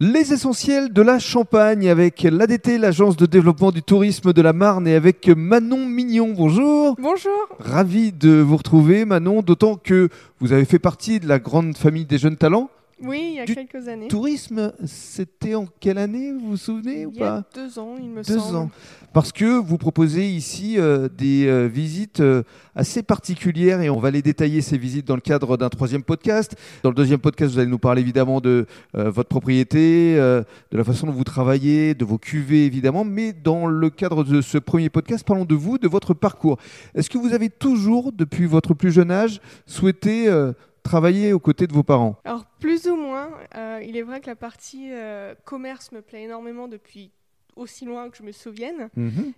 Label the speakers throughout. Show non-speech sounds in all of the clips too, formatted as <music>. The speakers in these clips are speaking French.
Speaker 1: Les essentiels de la Champagne avec l'ADT, l'agence de développement du tourisme de la Marne et avec Manon Mignon. Bonjour.
Speaker 2: Bonjour.
Speaker 1: Ravi de vous retrouver Manon, d'autant que vous avez fait partie de la grande famille des jeunes talents.
Speaker 2: Oui, il y a
Speaker 1: Du
Speaker 2: quelques années.
Speaker 1: Tourisme, c'était en quelle année, vous vous souvenez ou
Speaker 2: il y a
Speaker 1: pas
Speaker 2: deux ans, il me
Speaker 1: Deux
Speaker 2: semble.
Speaker 1: ans. Parce que vous proposez ici euh, des euh, visites euh, assez particulières et on va les détailler ces visites dans le cadre d'un troisième podcast. Dans le deuxième podcast, vous allez nous parler évidemment de euh, votre propriété, euh, de la façon dont vous travaillez, de vos cuvées évidemment, mais dans le cadre de ce premier podcast, parlons de vous, de votre parcours. Est-ce que vous avez toujours, depuis votre plus jeune âge, souhaité euh, travailler aux côtés de vos parents
Speaker 2: Alors, plus ou moins, euh, il est vrai que la partie euh, commerce me plaît énormément depuis aussi loin que je me souvienne.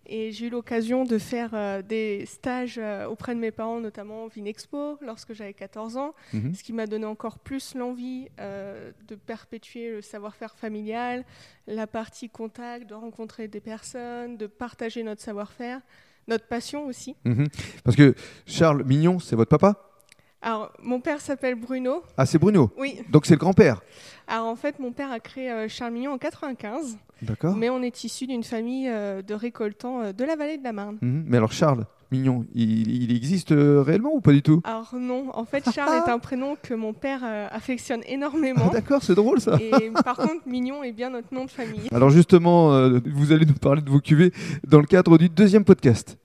Speaker 2: Et j'ai eu l'occasion de faire euh, des stages euh, auprès de mes parents, notamment Vinexpo, lorsque j'avais 14 ans,
Speaker 1: Mhm.
Speaker 2: ce qui m'a donné encore plus l'envie euh, de perpétuer le savoir-faire familial, la partie contact, de rencontrer des personnes, de partager notre savoir-faire, notre passion aussi.
Speaker 1: Mhm. Parce que Charles Mignon, c'est votre papa
Speaker 2: Alors, mon père s'appelle Bruno.
Speaker 1: Ah, c'est Bruno.
Speaker 2: Oui.
Speaker 1: Donc c'est le grand-père.
Speaker 2: Alors, en fait, mon père a créé euh, Charmignon en 95,
Speaker 1: D'accord.
Speaker 2: mais on est issu d'une famille euh, de récoltants euh, de la vallée de la Marne.
Speaker 1: Mhm. Mais alors Charles Mignon, il, il existe euh, réellement ou pas du tout
Speaker 2: Alors, non, en fait, Charles
Speaker 1: <laughs>
Speaker 2: est un prénom que mon père euh, affectionne énormément.
Speaker 1: Ah, <laughs> D'accord, c'est drôle ça.
Speaker 2: Et par contre, Mignon est bien notre nom de famille.
Speaker 1: Alors justement, euh, vous allez nous parler de vos cuvées dans le cadre du deuxième podcast.